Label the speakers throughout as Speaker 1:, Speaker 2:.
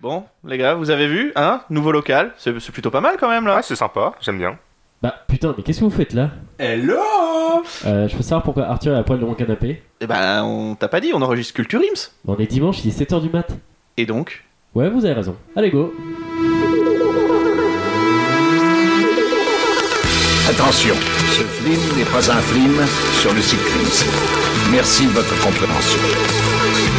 Speaker 1: Bon, les gars, vous avez vu, hein Nouveau local, c'est c'est plutôt pas mal quand même là.
Speaker 2: Ouais, c'est sympa, j'aime bien.
Speaker 3: Bah putain, mais qu'est-ce que vous faites là
Speaker 1: Hello
Speaker 3: Euh, Je veux savoir pourquoi Arthur est à poil dans mon canapé.
Speaker 1: Eh ben, on t'a pas dit, on enregistre Culture Ims.
Speaker 3: On est dimanche, il est 7h du mat.
Speaker 1: Et donc
Speaker 3: Ouais, vous avez raison. Allez, go
Speaker 4: Attention, ce film n'est pas un film sur le cyclisme. Merci de votre compréhension.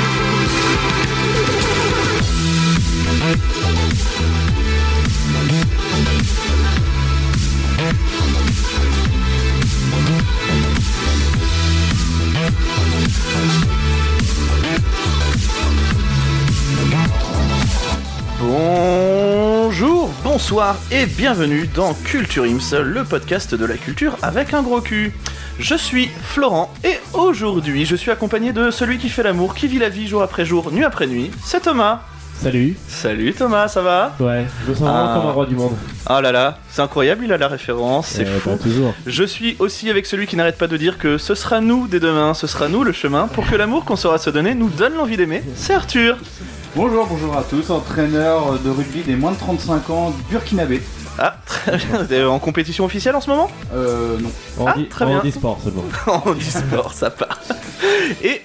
Speaker 1: Bonjour, bonsoir et bienvenue dans Culture Ims, le podcast de la culture avec un gros cul. Je suis Florent et aujourd'hui je suis accompagné de celui qui fait l'amour, qui vit la vie jour après jour, nuit après nuit, c'est Thomas.
Speaker 3: Salut
Speaker 1: Salut Thomas, ça va
Speaker 3: Ouais, je me sens vraiment
Speaker 1: Ah.
Speaker 3: comme un roi du monde.
Speaker 1: Ah là là, c'est incroyable, il a la référence, c'est
Speaker 3: Euh,
Speaker 1: fou.
Speaker 3: bah, toujours.
Speaker 1: Je suis aussi avec celui qui n'arrête pas de dire que ce sera nous dès demain, ce sera nous le chemin pour que l'amour qu'on saura se donner nous donne l'envie d'aimer. C'est Arthur.
Speaker 5: Bonjour, bonjour à tous, entraîneur de rugby des moins de 35 ans, burkinabé.
Speaker 1: Ah, très bien. T'es en compétition officielle en ce moment
Speaker 5: Euh, non.
Speaker 3: On
Speaker 1: Ah,
Speaker 3: dit,
Speaker 1: très
Speaker 3: on
Speaker 1: bien.
Speaker 3: dit sport seulement.
Speaker 1: En e-sport, ça part. Et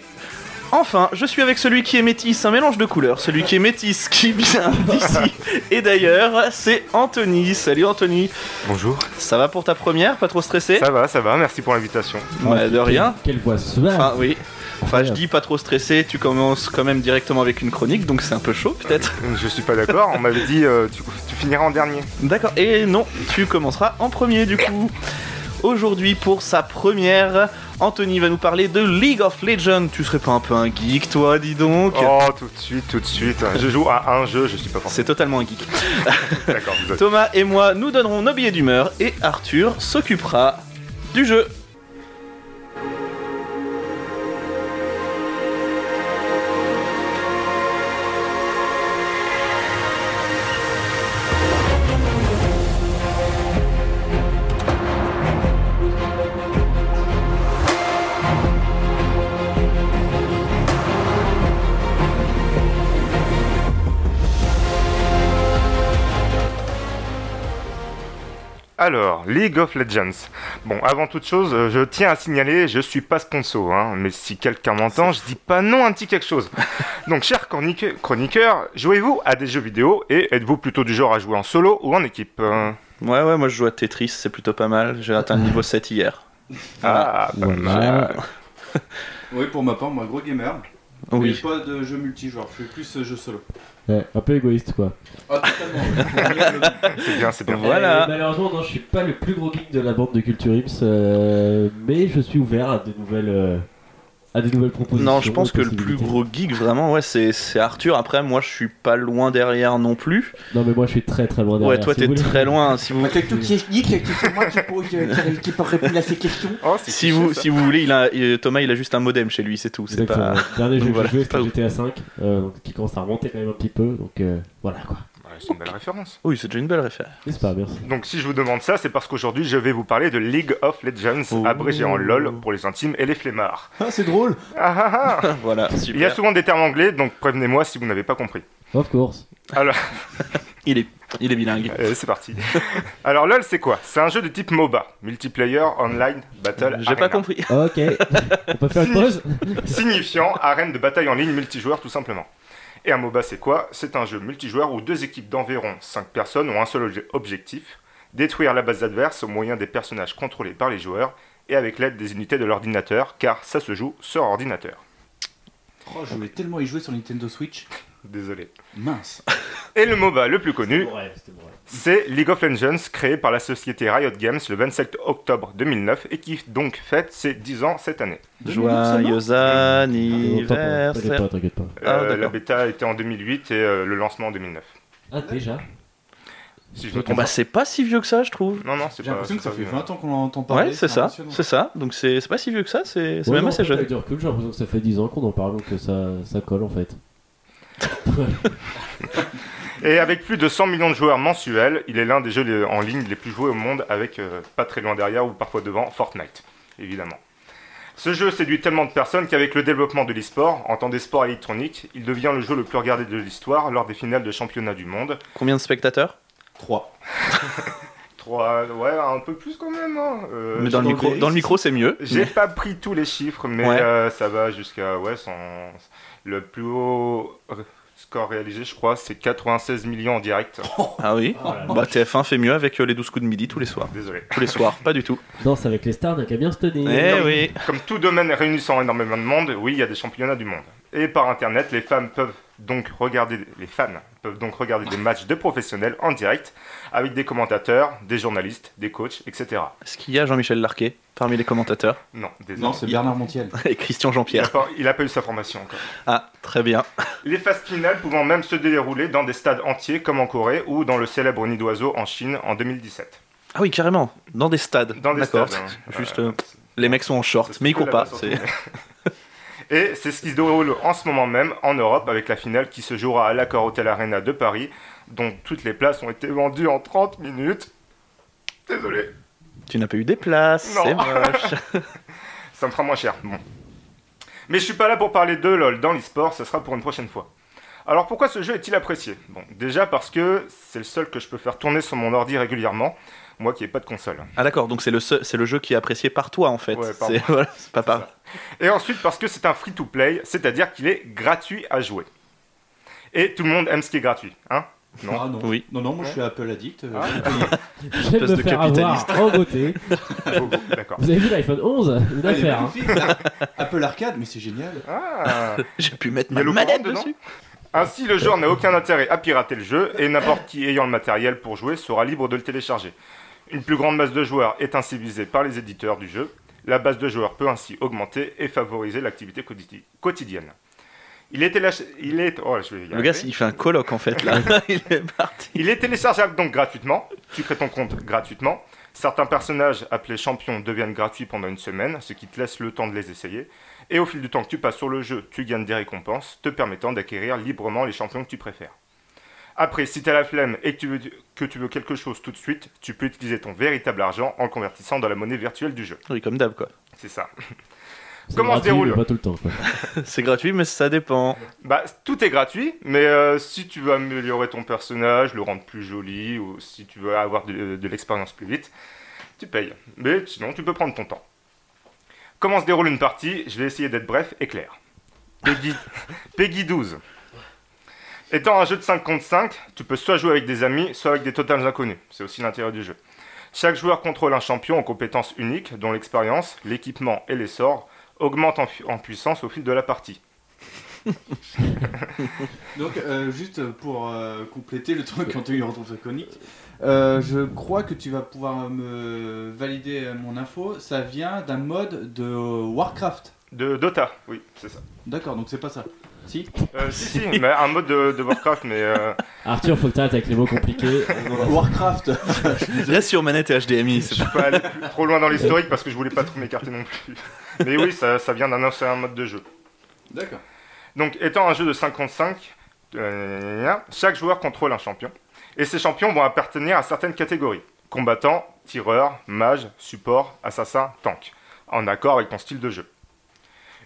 Speaker 1: enfin, je suis avec celui qui est métis, un mélange de couleurs. Celui qui est métis, qui vient d'ici et d'ailleurs, c'est Anthony. Salut Anthony.
Speaker 2: Bonjour.
Speaker 1: Ça va pour ta première Pas trop stressé
Speaker 2: Ça va, ça va, merci pour l'invitation.
Speaker 1: Ouais, De rien.
Speaker 3: Quelle voix suave
Speaker 1: Enfin, oui. Enfin, je dis pas trop stressé, tu commences quand même directement avec une chronique, donc c'est un peu chaud peut-être.
Speaker 2: Je suis pas d'accord, on m'avait dit euh, tu, tu finiras en dernier.
Speaker 1: D'accord, et non, tu commenceras en premier du coup. Aujourd'hui, pour sa première, Anthony va nous parler de League of Legends. Tu serais pas un peu un geek, toi, dis donc
Speaker 2: Oh, tout de suite, tout de suite. Je joue à un jeu, je suis pas forcément
Speaker 1: C'est totalement un geek.
Speaker 2: d'accord. vous êtes-
Speaker 1: Thomas et moi, nous donnerons nos billets d'humeur et Arthur s'occupera du jeu.
Speaker 2: Alors, League of Legends. Bon, avant toute chose, euh, je tiens à signaler, je suis pas sponsor, hein, mais si quelqu'un m'entend, je dis pas non un petit quelque chose. Donc, chers chronique- chroniqueurs, jouez-vous à des jeux vidéo et êtes-vous plutôt du genre à jouer en solo ou en équipe euh,
Speaker 1: Ouais, ouais, moi je joue à Tetris, c'est plutôt pas mal. J'ai atteint le niveau 7 hier.
Speaker 2: Ah, pas
Speaker 3: Voilà.
Speaker 2: mal.
Speaker 5: Oui, pour ma part, moi, gros gamer. Mais
Speaker 1: Oui.
Speaker 5: pas de jeu multijoueur, je fais plus euh, jeu solo.
Speaker 3: Ouais, un peu égoïste quoi.
Speaker 5: Ah, totalement. ouais.
Speaker 2: c'est bien, c'est bien.
Speaker 1: Eh, Voilà.
Speaker 3: Euh, malheureusement, non, je suis pas le plus gros geek de la bande de Culture Ips, euh, mais je suis ouvert à de nouvelles, euh, à de nouvelles propositions.
Speaker 1: Non, je pense
Speaker 3: aux
Speaker 1: que le plus
Speaker 3: possibilités.
Speaker 1: gros geek vraiment, ouais, c'est c'est Arthur. Après, moi je suis pas loin derrière non plus.
Speaker 3: Non, mais moi je suis très très loin derrière.
Speaker 1: Ouais, toi
Speaker 3: Si
Speaker 1: t'es
Speaker 3: vous voulez-
Speaker 1: très loin. Si vous,
Speaker 6: Quelqu'un qui est geek, qui c'est moi qui pose, qui, qui peut répondre à ces questions.
Speaker 2: Oh, c'est
Speaker 1: si
Speaker 2: cliché,
Speaker 1: vous,
Speaker 2: ça.
Speaker 1: si vous voulez, il a, il- Thomas il a juste un modem chez lui, c'est tout. C'est
Speaker 3: Exactement.
Speaker 1: pas.
Speaker 3: Dernier jeu
Speaker 1: donc
Speaker 3: que
Speaker 1: voilà,
Speaker 3: j'ai joué,
Speaker 1: c'est pas
Speaker 3: c'était GTA 5, euh, qui commence à remonter quand même un petit peu, donc euh, voilà quoi.
Speaker 2: Ouais, c'est une belle référence.
Speaker 1: Oui, Oh, c'est déjà une belle référence.
Speaker 3: N'est-ce pas, merci.
Speaker 2: Donc si je vous demande ça, c'est parce qu'aujourd'hui je vais vous parler de League of Legends,
Speaker 1: Oh.
Speaker 2: abrégé en LOL pour les intimes et les flemmards.
Speaker 5: Ah, c'est drôle.
Speaker 2: Ah, ah, ah.
Speaker 1: voilà,
Speaker 2: Il y a
Speaker 1: super.
Speaker 2: souvent des termes anglais, donc prévenez-moi si vous n'avez pas compris.
Speaker 3: Of course.
Speaker 1: Il est, il est bilingue.
Speaker 2: Euh, c'est parti. Alors LOL c'est quoi C'est un jeu de type MOBA, multiplayer, online, battle,
Speaker 1: J'ai pas
Speaker 2: arena.
Speaker 1: compris.
Speaker 3: Ok. On peut faire une pause
Speaker 2: Signifiant arène de bataille en ligne multijoueur tout simplement. Et un MOBA c'est quoi C'est un jeu multijoueur où deux équipes d'environ 5 personnes ont un seul obje- objectif, détruire la base adverse au moyen des personnages contrôlés par les joueurs et avec l'aide des unités de l'ordinateur, car ça se joue sur ordinateur.
Speaker 5: Oh, je voulais tellement y jouer sur Nintendo Switch.
Speaker 2: Désolé.
Speaker 5: Mince.
Speaker 2: Et le MOBA le plus connu,
Speaker 3: Ouais, c'était bon. ouais.
Speaker 2: c'est League of Legends, créé par la société Riot Games le 27 octobre 2009 et qui donc fête ses 10 ans cette année.
Speaker 1: Joyeux
Speaker 3: T'inquiète
Speaker 1: anniversaire.
Speaker 3: pas, t'inquiète pas.
Speaker 1: Ah,
Speaker 2: Euh,
Speaker 1: d'accord.
Speaker 2: la bêta était en 2008 et euh, le lancement en 2009.
Speaker 3: Ah, déjà
Speaker 2: Si je me
Speaker 1: Bon
Speaker 2: trompe.
Speaker 1: bah c'est pas si vieux que ça, je trouve.
Speaker 2: pas. Non, non, c'est
Speaker 5: J'ai
Speaker 2: pas.
Speaker 5: l'impression que
Speaker 2: c'est
Speaker 5: ça
Speaker 2: pas
Speaker 5: fait
Speaker 2: vieux.
Speaker 5: 20 ans qu'on l'entend parler.
Speaker 1: Ouais, c'est ça,
Speaker 5: impressionnant.
Speaker 1: c'est ça. Donc c'est c'est pas si vieux que ça, c'est c'est
Speaker 3: Ouais,
Speaker 1: même
Speaker 3: non,
Speaker 1: assez
Speaker 3: en fait,
Speaker 1: jeune.
Speaker 3: avec du recul, j'ai l'impression que ça fait 10 ans qu'on en parle, donc euh, ça, ça colle en fait.
Speaker 2: Et avec plus de 100 millions de joueurs mensuels, il est l'un des jeux les- en ligne les plus joués au monde, avec euh, pas très loin derrière ou parfois devant Fortnite, évidemment. Ce jeu séduit tellement de personnes qu'avec le développement de l'e-sport, en temps des sports électroniques, il devient le jeu le plus regardé de l'histoire lors des finales de championnat du monde.
Speaker 1: Combien de spectateurs
Speaker 5: 3.
Speaker 2: 3, ouais, un peu plus quand même. hein. Euh,
Speaker 1: Mais dans le
Speaker 5: Shadow
Speaker 1: micro,
Speaker 5: Gate.
Speaker 1: dans le micro, c'est mieux.
Speaker 2: J'ai
Speaker 1: Mais-
Speaker 2: pas pris tous les chiffres, mais
Speaker 1: Ouais.
Speaker 2: euh, ça va jusqu'à ouais, son- le plus haut euh, score réalisé, je crois, c'est 96 millions en direct.
Speaker 1: Ah oui.
Speaker 3: Oh la
Speaker 1: Bah TF1 fait mieux avec euh, les 12 coups de midi tous les soirs.
Speaker 2: Désolé.
Speaker 1: Tous les soirs, pas du tout.
Speaker 3: Danse avec les stars n'a qu'à bien se tenir.
Speaker 1: Eh oui.
Speaker 2: Comme tout domaine réunissant énormément de monde, oui, il y a des championnats du monde. Et par internet, les femmes peuvent donc regarder les fans peuvent donc regarder des matchs de professionnels en direct avec des commentateurs, des journalistes, des coachs, etc.
Speaker 1: Est-ce qu'il y a Jean-Michel Larquet parmi les commentateurs
Speaker 2: Non, désolé.
Speaker 5: Non, c'est Bernard Montiel.
Speaker 1: et Christian
Speaker 2: il a
Speaker 1: Jean-Pierre
Speaker 2: pas- il a pas eu sa formation encore.
Speaker 1: Ah, très bien.
Speaker 2: Les phases finales pouvant même se dérouler dans des stades entiers comme en Corée ou dans le célèbre nid d'oiseau en Chine en 2017.
Speaker 1: Ah oui, carrément. Dans des stades.
Speaker 2: Dans des
Speaker 1: D'accord.
Speaker 2: stades, hein.
Speaker 1: Juste,
Speaker 2: Voilà.
Speaker 1: euh, les mecs sont en short,
Speaker 2: C'est
Speaker 1: mais ils
Speaker 2: ce que
Speaker 1: courent pas.
Speaker 2: la
Speaker 1: c'est-
Speaker 2: sortie. Et c'est ce qui se déroule en ce moment même en Europe avec la finale qui se jouera à l'Accor Hotel Arena de Paris, dont toutes les places ont été vendues en 30 minutes. Désolé,
Speaker 1: Tu n'as pas eu des places.
Speaker 2: Non.
Speaker 1: C'est moche.
Speaker 2: ça me fera moins cher. Bon. Mais je suis pas là pour parler de LoL dans l'e-sport, ça sera pour une prochaine fois. Alors pourquoi ce jeu est-il apprécié Bon, déjà parce que c'est le seul que je peux faire tourner sur mon ordi régulièrement, moi qui n'ai pas de console.
Speaker 1: Ah d'accord, donc c'est le, seul- c'est le jeu qui est apprécié par toi en fait.
Speaker 2: Ouais, par
Speaker 1: c'est voilà, c'est pas par.
Speaker 2: Et ensuite parce que c'est un free-to-play, c'est-à-dire qu'il est gratuit à jouer. Et tout le monde aime ce qui est gratuit, hein Non.
Speaker 5: Ah, non.
Speaker 1: Oui.
Speaker 5: Non, non, moi je suis Apple addict. euh,
Speaker 2: Ah.
Speaker 5: j'ai payé.
Speaker 3: J'aime
Speaker 1: Espèce
Speaker 3: me
Speaker 1: de
Speaker 3: faire avoir en beauté.
Speaker 2: Bobo, D'accord.
Speaker 3: Vous avez vu l'iPhone 11 Une
Speaker 5: Ah, il est
Speaker 3: affaire. hein.
Speaker 5: magnifique, là. Apple Arcade, mais c'est génial.
Speaker 2: Ah.
Speaker 1: J'ai pu mettre
Speaker 2: Il y a
Speaker 1: ma
Speaker 2: le
Speaker 1: manette
Speaker 2: courant dedans
Speaker 1: dessus.
Speaker 2: Ainsi, le joueur n'a aucun intérêt à pirater le jeu et n'importe qui ayant le matériel pour jouer sera libre de le télécharger. Une plus grande masse de joueurs est ainsi visée par les éditeurs du jeu. La base de joueurs peut ainsi augmenter et favoriser l'activité quotidi- quotidienne. Il est, télé- il est- oh, je vais y
Speaker 1: Le
Speaker 2: arriver.
Speaker 1: gars, il fait un colloque en fait là. il est parti.
Speaker 2: Il est téléchargeable donc gratuitement. Tu crées ton compte gratuitement. Certains personnages appelés champions deviennent gratuits pendant une semaine, ce qui te laisse le temps de les essayer. Et au fil du temps que tu passes sur le jeu, tu gagnes des récompenses te permettant d'acquérir librement les champions que tu préfères. Après, si tu as la flemme et que tu, veux, que tu veux quelque chose tout de suite, tu peux utiliser ton véritable argent en le convertissant dans la monnaie virtuelle du jeu.
Speaker 1: Oui, comme d'hab quoi.
Speaker 2: C'est ça.
Speaker 3: C'est
Speaker 2: Comment se
Speaker 3: gratuit,
Speaker 2: déroule
Speaker 3: mais Pas tout le temps. quoi.
Speaker 1: C'est gratuit, mais ça dépend.
Speaker 2: Bah, tout est gratuit, mais euh, si tu veux améliorer ton personnage, le rendre plus joli, ou si tu veux avoir de, de l'expérience plus vite, tu payes. Mais sinon, tu peux prendre ton temps. Comment se déroule une partie Je vais essayer d'être bref et clair. Peggy, Peggy 12. Étant un jeu de 5 contre 5, tu peux soit jouer avec des amis, soit avec des totales inconnus. C'est aussi l'intérêt du jeu. Chaque joueur contrôle un champion aux compétences uniques, dont l'expérience, l'équipement et les sorts augmentent en fu- en puissance au fil de la partie.
Speaker 5: Donc, euh, juste pour euh, compléter le truc quand il retrouve sa conique, euh, je crois que tu vas pouvoir me valider euh, mon info. Ça vient d'un mode de Warcraft.
Speaker 2: De Dota, oui, c'est ça.
Speaker 5: D'accord, donc c'est pas ça. Si
Speaker 2: Euh, si, si, mais un mode de, de Warcraft, mais euh,
Speaker 3: Arthur, faut que t'arrêtes avec les mots compliqués.
Speaker 5: Warcraft
Speaker 1: Là sur manette et HDMI.
Speaker 2: je
Speaker 1: c'est-
Speaker 2: suis pas allé plus- trop loin dans l'historique parce que je voulais pas trop m'écarter non plus. Mais oui, ça, ça vient d'un ancien mode de jeu.
Speaker 5: D'accord.
Speaker 2: Donc, étant un jeu de 55, chaque joueur contrôle un champion. Et ces champions vont appartenir à certaines catégories. Combattant, tireur, mage, support, assassin, tank. En accord avec ton style de jeu.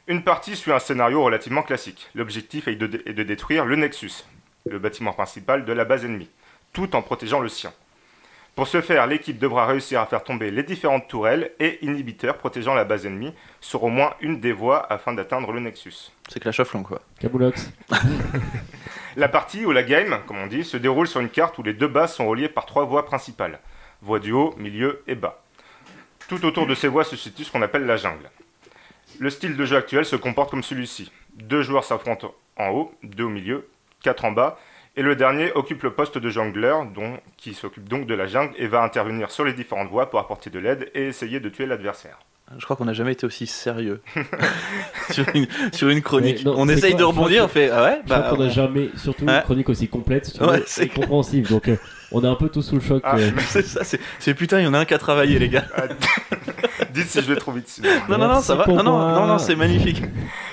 Speaker 2: Une partie suit un scénario relativement classique. L'objectif est de, dé- est de détruire le Nexus, le bâtiment principal de la base ennemie, tout en protégeant le sien. Pour ce faire, l'équipe devra réussir à faire tomber les différentes tourelles et inhibiteurs protégeant la base ennemie sur au moins une des voies afin d'atteindre le Nexus.
Speaker 1: C'est Clash of Clans quoi.
Speaker 3: Camoulox.
Speaker 2: La partie ou la game, comme on dit, se déroule sur une carte où les deux bases sont reliées par trois voies principales. Voie du haut, milieu et bas. Tout autour de ces voies se situe ce qu'on appelle la jungle. Le style de jeu actuel se comporte comme celui-ci. Deux joueurs s'affrontent en haut, deux au milieu, quatre en bas, et le dernier occupe le poste de jongleur, dont- qui s'occupe donc de la jungle et va intervenir sur les différentes voies pour apporter de l'aide et essayer de tuer l'adversaire.
Speaker 1: Je crois qu'on n'a jamais été aussi sérieux sur, une, sur une chronique.
Speaker 3: Mais non,
Speaker 1: on
Speaker 3: c'est
Speaker 1: essaye
Speaker 3: quoi
Speaker 1: de
Speaker 3: Je
Speaker 1: rebondir, on
Speaker 3: crois que-
Speaker 1: fait ah ouais.
Speaker 3: Je crois
Speaker 1: Bah,
Speaker 3: qu'on n'a jamais, surtout
Speaker 1: Ouais.
Speaker 3: une chronique aussi complète, si tu
Speaker 1: Ouais,
Speaker 3: veux,
Speaker 1: c'est
Speaker 3: et compréhensive. Donc, euh, on est un peu tous sous le choc.
Speaker 2: Ah,
Speaker 3: euh.
Speaker 1: c'est ça, c'est c'est putain, il y en a un qui a travaillé les gars.
Speaker 2: Dites si je vais trop vite. sinon.
Speaker 1: Non non non, ça
Speaker 3: Merci
Speaker 1: va.
Speaker 3: pour
Speaker 1: Non non
Speaker 3: moi.
Speaker 1: non non, c'est magnifique.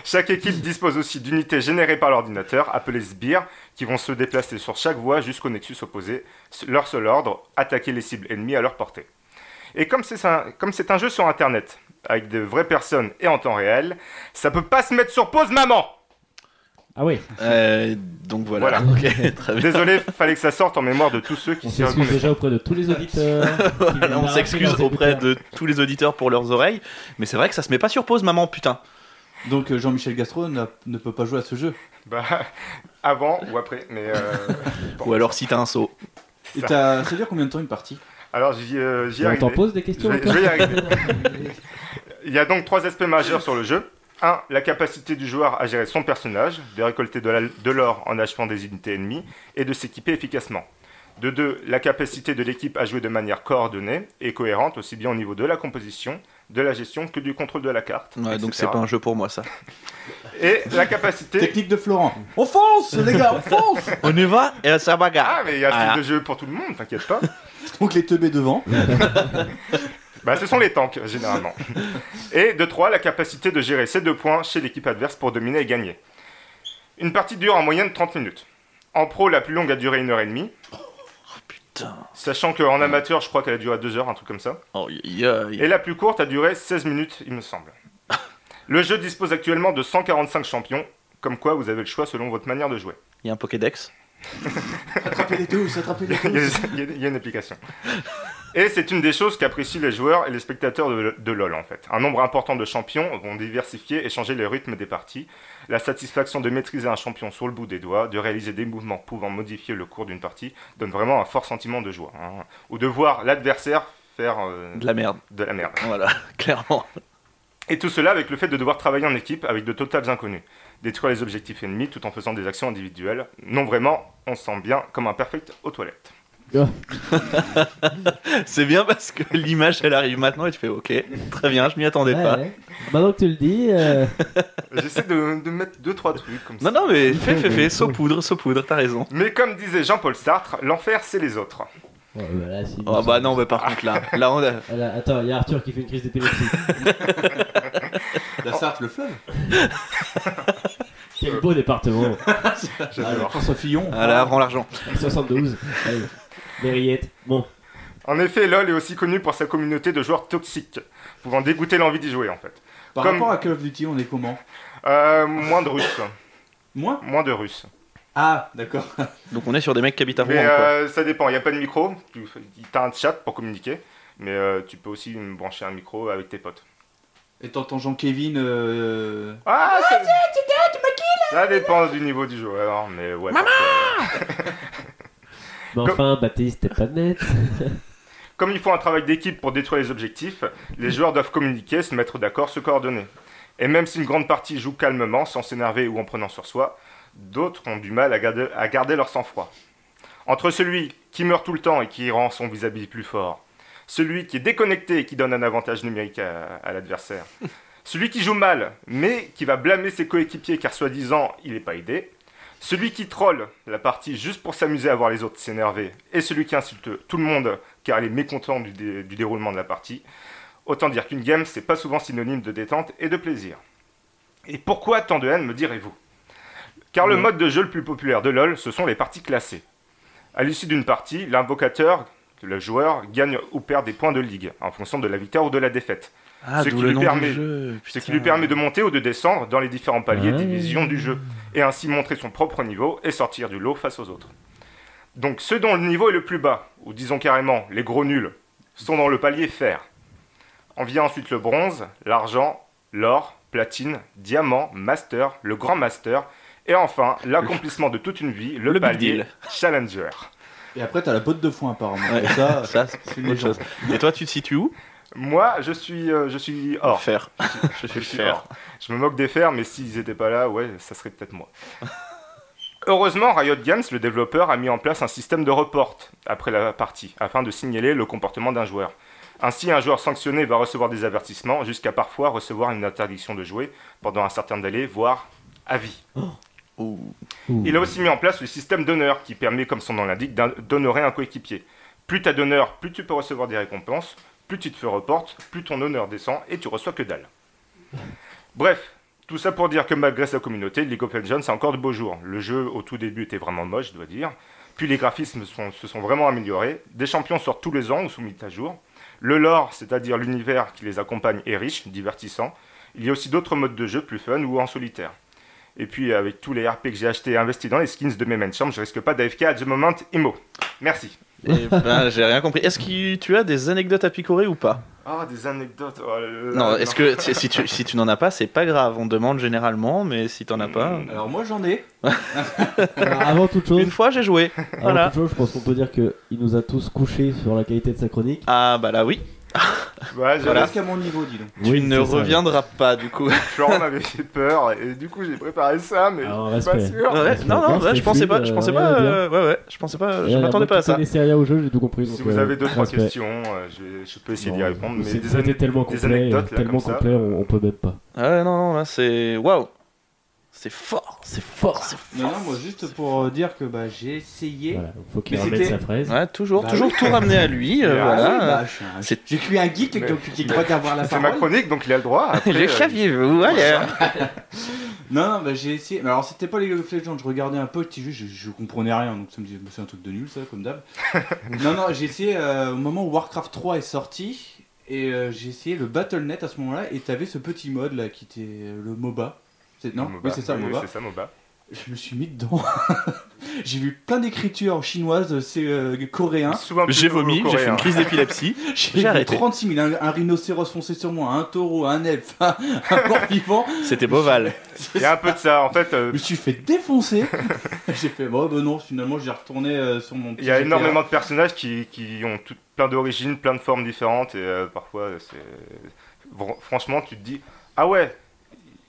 Speaker 2: Chaque équipe dispose aussi d'unités générées par l'ordinateur, appelées sbires, qui vont se déplacer sur chaque voie jusqu'au nexus opposé. Leur seul ordre, attaquer les cibles ennemies à leur portée. Et comme c'est un, comme c'est un jeu sur Internet, avec de vraies personnes et en temps réel, ça peut pas se mettre sur pause, maman
Speaker 3: Ah oui,
Speaker 1: Euh, donc voilà.
Speaker 2: Voilà.
Speaker 1: Ok, très bien.
Speaker 2: Désolé, fallait que ça sorte en mémoire de tous ceux qui
Speaker 3: on
Speaker 2: s'y
Speaker 3: s'excuse
Speaker 2: reconnaissent.
Speaker 3: déjà auprès de tous les auditeurs. qui viennent
Speaker 1: on
Speaker 3: d'arracher
Speaker 1: s'excuse
Speaker 3: leurs
Speaker 1: auprès
Speaker 3: écouteurs.
Speaker 1: de tous les auditeurs pour leurs oreilles, mais c'est vrai que ça se met pas sur pause, maman, putain.
Speaker 5: Donc euh, Jean-Michel Gastro n'a- ne peut pas jouer à ce jeu.
Speaker 2: Bah, avant ou après, mais... euh, bon.
Speaker 1: Ou alors si t'as un saut.
Speaker 5: Et
Speaker 2: Ça.
Speaker 5: t'as- ça dure combien de temps une partie
Speaker 2: Alors j'y euh, j'y
Speaker 3: Et On t'en
Speaker 2: arrivais.
Speaker 3: pose des
Speaker 2: Je
Speaker 3: questions
Speaker 2: vais,
Speaker 3: encore
Speaker 2: je vais y arriver. Il y a donc trois aspects majeurs sur le jeu. 1. La capacité du joueur à gérer son personnage, de récolter de la- de l'or en achetant des unités ennemies et de s'équiper efficacement. De 2. La capacité de l'équipe à jouer de manière coordonnée et cohérente, aussi bien au niveau de la composition, de la gestion que du contrôle de la carte.
Speaker 1: Ouais, donc
Speaker 2: etc..
Speaker 1: c'est pas un jeu pour moi ça.
Speaker 2: Et la capacité.
Speaker 5: Technique de Florent. On fonce, les gars, on fonce
Speaker 1: On y va et ça bagarre.
Speaker 2: Ah, mais il y a un
Speaker 1: Ah.
Speaker 2: style de jeu pour tout le monde, t'inquiète pas.
Speaker 5: Donc les teubés devant.
Speaker 2: Bah, ce sont les tanks, généralement. Et de 3, la capacité de gérer ces deux points chez l'équipe adverse pour dominer et gagner. Une partie dure en moyenne 30 minutes. En pro, la plus longue a duré 1 heure et demie.
Speaker 1: Putain.
Speaker 2: Sachant qu'en amateur, je crois qu'elle a duré 2 heures, un truc comme ça.
Speaker 1: Oh, y- y- euh, y-
Speaker 2: Et la plus courte a duré 16 minutes, il me semble. Le jeu dispose actuellement de 145 champions, comme quoi vous avez le choix selon votre manière de jouer.
Speaker 1: y a un Pokédex.
Speaker 6: Attrapez les tous, attrapez les
Speaker 2: Il y, a,
Speaker 6: tous.
Speaker 2: il y a- il y a une application. Et c'est une des choses qu'apprécient les joueurs et les spectateurs de, de LoL en fait. Un nombre important de champions vont diversifier et changer le rythme des parties. La satisfaction de maîtriser un champion sur le bout des doigts, de réaliser des mouvements pouvant modifier le cours d'une partie, donne vraiment un fort sentiment de joie. hein. Ou de voir l'adversaire faire euh,
Speaker 1: De la merde.
Speaker 2: de la merde.
Speaker 1: Voilà, clairement.
Speaker 2: Et tout cela avec le fait de devoir travailler en équipe avec de totales inconnus. Détruire les objectifs ennemis tout en faisant des actions individuelles. Non vraiment, on se sent bien comme un perfect aux toilettes.
Speaker 1: C'est bien parce que l'image elle arrive maintenant et tu fais ok, très bien, je m'y attendais
Speaker 3: Ouais,
Speaker 1: pas.
Speaker 3: ouais. Maintenant que tu le dis, euh,
Speaker 2: J'essaie de, de mettre deux trois trucs comme ça.
Speaker 1: Non, non, mais fais, fais, fais, saupoudre, saupoudre, t'as raison.
Speaker 2: Mais comme disait Jean-Paul Sartre, l'enfer c'est les autres.
Speaker 3: ouais, bah là, si,
Speaker 1: Oh
Speaker 3: bon,
Speaker 1: bah
Speaker 3: ça-
Speaker 1: non, mais par contre là, là on a...
Speaker 3: Ah là, attends, il y a Arthur qui fait une crise d'épilepsie.
Speaker 5: La Sarthe, le fleuve.
Speaker 3: Quel beau département
Speaker 2: J'adore.
Speaker 5: François Fillon.
Speaker 1: Ah là, rends l'argent.
Speaker 3: 72. Allez. Les rillettes. Bon,
Speaker 2: En effet, LoL est aussi connu pour sa communauté de joueurs toxiques, pouvant dégoûter l'envie d'y jouer en fait.
Speaker 5: Par
Speaker 2: Comme-
Speaker 5: rapport à Call of Duty, on est comment
Speaker 2: Euh, moins de Russes,
Speaker 5: Moi
Speaker 2: moins de Russes.
Speaker 5: Ah, d'accord.
Speaker 1: Donc on est sur des mecs qui habitent à
Speaker 2: Mais
Speaker 1: Rouen Ah quoi.
Speaker 2: euh, ça dépend, il n'y a pas de micro, tu as un chat pour communiquer, mais euh, tu peux aussi brancher un micro avec tes potes.
Speaker 5: Et t'entends Jean-Kevin euh...
Speaker 2: Ah, ça... ça dépend du niveau du joueur, mais ouais. parce que-
Speaker 3: mais enfin, Baptiste, t'es pas net.
Speaker 2: Comme il faut un travail d'équipe pour détruire les objectifs, les joueurs doivent communiquer, se mettre d'accord, se coordonner. Et même si une grande partie joue calmement, sans s'énerver ou en prenant sur soi, d'autres ont du mal à garder, à garder leur sang-froid. Entre celui qui meurt tout le temps et qui rend son vis-à-vis plus fort, celui qui est déconnecté et qui donne un avantage numérique à, à l'adversaire, celui qui joue mal mais qui va blâmer ses coéquipiers car soi-disant il n'est pas aidé, celui qui troll la partie juste pour s'amuser à voir les autres s'énerver, et celui qui insulte tout le monde car il est mécontent du, dé- du déroulement de la partie. Autant dire qu'une game, c'est pas souvent synonyme de détente et de plaisir. Et pourquoi tant de haine, me direz-vous Car le mode de jeu le plus populaire de LoL, ce sont les parties classées. À l'issue d'une partie, l'invocateur, le joueur, gagne ou perd des points de ligue, en fonction de la victoire ou de la défaite.
Speaker 1: Ah,
Speaker 2: ce
Speaker 1: d'où
Speaker 2: qui
Speaker 1: le
Speaker 2: lui
Speaker 1: nom
Speaker 2: permet-
Speaker 1: du jeu.
Speaker 2: Ce qui
Speaker 1: putain.
Speaker 2: lui permet de monter ou de descendre dans les différents paliers
Speaker 3: Ouais.
Speaker 2: des divisions du jeu, et ainsi montrer son propre niveau et sortir du lot face aux autres. Donc ceux dont le niveau est le plus bas, ou disons carrément les gros nuls, sont dans le palier fer. En vient ensuite le bronze, l'argent, l'or, platine, diamant, master, le grand master, et enfin l'accomplissement de toute une vie, le,
Speaker 1: Le big
Speaker 2: palier
Speaker 1: deal.
Speaker 2: challenger.
Speaker 5: Et après, t'as la botte de foin, apparemment.
Speaker 1: Ouais.
Speaker 5: Et ça,
Speaker 1: Ça, c'est
Speaker 5: c'est une
Speaker 1: autre chose.
Speaker 5: légende.
Speaker 1: Et toi, tu te situes où
Speaker 2: Moi, je suis, euh, je suis or.
Speaker 1: Fer. Je
Speaker 2: Je
Speaker 1: suis
Speaker 2: suis
Speaker 1: fer.
Speaker 2: hors. Je me moque des fers, mais s'ils étaient pas là, ouais, ça serait peut-être moi. Heureusement, Riot Games, le développeur, a mis en place un système de report après la partie, afin de signaler le comportement d'un joueur. Ainsi, un joueur sanctionné va recevoir des avertissements, jusqu'à parfois recevoir une interdiction de jouer pendant un certain délai, voire à vie.
Speaker 1: Ouh.
Speaker 3: Ouh.
Speaker 2: Il a aussi mis en place le système d'honneur, qui permet, comme son nom l'indique, d'in- d'honorer un coéquipier. Plus t'as d'honneur, plus tu peux recevoir des récompenses, plus tu te fais reporte, plus ton honneur descend et tu reçois que dalle. Bref, tout ça pour dire que malgré sa communauté, League of Legends, c'est encore de beaux jours. Le jeu, au tout début, était vraiment moche, je dois dire. Puis les graphismes sont- se sont vraiment améliorés. Des champions sortent tous les ans ou sont mis à jour. Le lore, c'est-à-dire l'univers qui les accompagne, est riche, divertissant. Il y a aussi d'autres modes de jeu plus fun ou en solitaire. Et puis, avec tous les RP que j'ai achetés et investis dans les skins de mes mainchamps, je risque pas d'AFK à The Moment Imo. Merci.
Speaker 1: Eh ben, j'ai rien compris. Est-ce que tu as des anecdotes à picorer ou pas
Speaker 2: Ah, des anecdotes.
Speaker 1: Non, est-ce que t- si tu, si tu n'en as pas, c'est pas grave. On demande généralement, mais si t'en as pas.
Speaker 5: Alors moi j'en ai.
Speaker 3: Avant toute chose,
Speaker 1: Une fois, j'ai joué.
Speaker 3: avant
Speaker 1: Voilà.
Speaker 3: toute chose, je pense qu'on peut dire que il nous a tous couchés sur la qualité de sa chronique.
Speaker 1: Ah, bah là, oui.
Speaker 2: Ouais, j'avais-
Speaker 5: Jusqu'à mon niveau, dis donc.
Speaker 1: Tu ne
Speaker 3: c'est ça.
Speaker 1: reviendras pas, du coup.
Speaker 2: Florent m'avait fait peur et du coup j'ai préparé ça, mais
Speaker 3: Alors,
Speaker 2: je suis pas
Speaker 3: Ah, respect.
Speaker 2: sûr.
Speaker 1: Ouais,
Speaker 3: c'est
Speaker 1: non,
Speaker 3: bien,
Speaker 1: non, ouais,
Speaker 3: c'est
Speaker 1: je pensais pas,
Speaker 3: fluide,
Speaker 1: je
Speaker 3: euh,
Speaker 1: pensais
Speaker 3: rien
Speaker 1: pas,
Speaker 3: à dire.
Speaker 1: euh, ouais, ouais, je pensais pas,
Speaker 3: Et
Speaker 1: je
Speaker 3: là,
Speaker 1: m'attendais
Speaker 3: moi,
Speaker 1: pas à
Speaker 3: qui
Speaker 1: ça.
Speaker 3: connaissais rien au jeu, j'ai tout compris.
Speaker 2: Si
Speaker 3: donc,
Speaker 2: vous
Speaker 3: euh,
Speaker 2: avez deux trois
Speaker 3: respect.
Speaker 2: questions, euh, je, vais- je peux essayer d'y
Speaker 3: Non,
Speaker 2: répondre, mais
Speaker 3: c'est-
Speaker 2: des,
Speaker 3: c'était
Speaker 2: ane-
Speaker 3: tellement
Speaker 2: des
Speaker 3: complet, euh,
Speaker 2: anecdotes là
Speaker 3: tellement
Speaker 2: comme ça.
Speaker 3: complet, on, on peut même pas.
Speaker 1: Ah, non, non, là, c'est, waouh, c'est fort, c'est fort, c'est
Speaker 5: Non,
Speaker 1: fort.
Speaker 5: non, moi juste pour euh, dire que bah, j'ai essayé.
Speaker 3: Voilà, faut qu'il
Speaker 5: Mais
Speaker 3: ramène
Speaker 5: c'était-
Speaker 3: sa fraise.
Speaker 1: Ouais, toujours,
Speaker 5: Bah
Speaker 1: toujours tout ramener à lui, euh,
Speaker 2: Mais
Speaker 5: Ah oui,
Speaker 1: voilà.
Speaker 5: bah, je suis un-
Speaker 1: c'est-
Speaker 5: J'ai cuit un geek
Speaker 2: Mais-
Speaker 5: donc qui croit d'avoir la
Speaker 2: C'est ma
Speaker 5: parole.
Speaker 2: chronique, donc il a le droit. Après,
Speaker 1: Le
Speaker 2: euh,
Speaker 1: saviez-vous, allez
Speaker 5: Non, non, bah, j'ai essayé. Mais alors, c'était pas les League of Legends, je regardais un peu, petit jeu, je, je comprenais rien, donc ça me disait, bah, c'est un truc de nul, ça, comme d'hab. non, non, j'ai essayé euh, au moment où Warcraft 3 est sorti, et euh, j'ai essayé le BattleNet à ce moment-là, et t'avais ce petit mode là qui était euh, le MOBA. C'est- Non,
Speaker 2: MOBA.
Speaker 5: oui, c'est ça,
Speaker 2: Oui,
Speaker 5: MOBA.
Speaker 2: c'est ça, MOBA.
Speaker 5: Je me suis mis dedans. j'ai vu plein d'écritures chinoises, c'est euh, coréen.
Speaker 2: Souvent plus
Speaker 1: J'ai
Speaker 2: au- au
Speaker 1: vomi, j'ai fait
Speaker 2: coréen.
Speaker 1: une crise d'épilepsie,
Speaker 5: J'ai
Speaker 1: j'ai
Speaker 5: vu
Speaker 1: arrêté.
Speaker 5: 36 000, un, un rhinocéros foncé sur moi, un taureau, un elfe, un mort-vivant.
Speaker 1: C'était Boval.
Speaker 2: Il y a un peu de ça, en fait. euh,
Speaker 5: Je me suis fait défoncer. j'ai fait, bon, ben non, finalement, j'ai retourné euh, sur mon petit
Speaker 2: Il y a
Speaker 5: GTA.
Speaker 2: énormément de personnages qui, qui ont tout- plein d'origines, plein de formes différentes, et euh, parfois, euh, c'est. Vr- Franchement, tu te dis Ah ouais,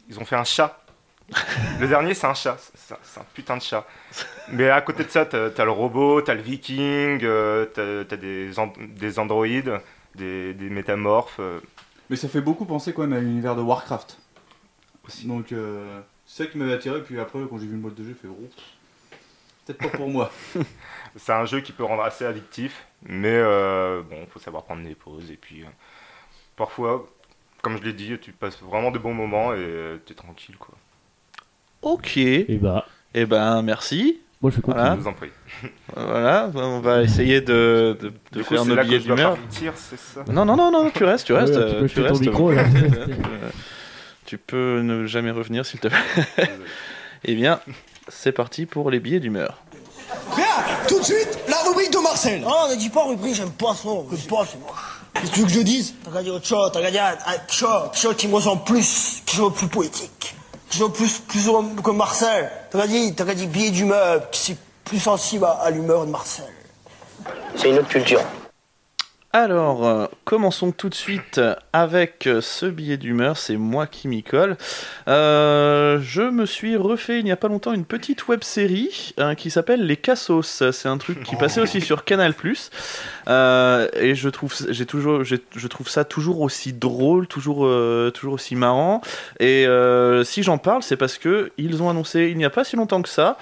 Speaker 2: ils ont fait un chat. le dernier, c'est un chat. C'est- C'est un- c'est un putain de chat. Mais à côté de ça, t'as t'as le robot, t'as le viking, euh, t'as t'as des, an- des androïdes, des, des métamorphes. euh.
Speaker 5: Mais ça fait beaucoup penser quand même à l'univers de Warcraft. Donc, euh, c'est ça qui m'avait attiré. Puis après, quand j'ai vu le mode de jeu, j'ai fait, oh, peut-être pas pour moi.
Speaker 2: C'est un jeu qui peut rendre assez addictif, mais euh, bon, faut savoir prendre des pauses. Et puis, euh, parfois, comme je l'ai dit, tu passes vraiment de bons moments et euh, t'es tranquille, quoi.
Speaker 1: Ok,
Speaker 3: Et bah,
Speaker 1: eh ben merci.
Speaker 3: moi je suis content.
Speaker 1: Voilà.
Speaker 2: Je vous en prie.
Speaker 1: Voilà, on va essayer de, de, de
Speaker 2: Du coup,
Speaker 1: faire
Speaker 2: c'est
Speaker 1: nos
Speaker 2: là que
Speaker 1: billets
Speaker 2: je dois
Speaker 1: d'humeur.
Speaker 2: partir, c'est ça
Speaker 1: Non, non, non, non, tu restes, tu
Speaker 3: Ouais,
Speaker 1: restes.
Speaker 3: tu
Speaker 1: euh,
Speaker 3: peux
Speaker 1: tu
Speaker 3: jeter ton
Speaker 1: restes.
Speaker 3: micro, là.
Speaker 1: Euh, Tu peux ne jamais revenir s'il te plaît. Eh bien, c'est parti pour les billets d'humeur.
Speaker 7: Tout de suite, la rubrique de Marcel.
Speaker 8: Ah, ne dis pas rubrique, j'aime pas ça. J'aime pas, c'est moi.
Speaker 7: Qu'est-ce que tu veux que je dise
Speaker 8: T'as qu'à dire autre chose, t'as qu'à dire ah, quelque chose, quelque chose qui me ressemble plus, quelque chose de plus poétique, quelque chose de plus, plus homme que Marcel. T'as qu'à dire, t'as qu'à dire billet d'humeur, c'est plus sensible à, à l'humeur de Marcel. C'est une autre culture.
Speaker 1: Alors, euh, commençons tout de suite avec euh, ce billet d'humeur, c'est moi qui m'y colle. Euh, je me suis refait il n'y a pas longtemps une petite web série hein, qui s'appelle Les Cassos. C'est un truc qui passait aussi sur Canal+. Euh, et je trouve, j'ai toujours, j'ai- je trouve ça toujours aussi drôle, toujours, euh, toujours aussi marrant. Et euh, si j'en parle, c'est parce que ils ont annoncé il n'y a pas si longtemps que ça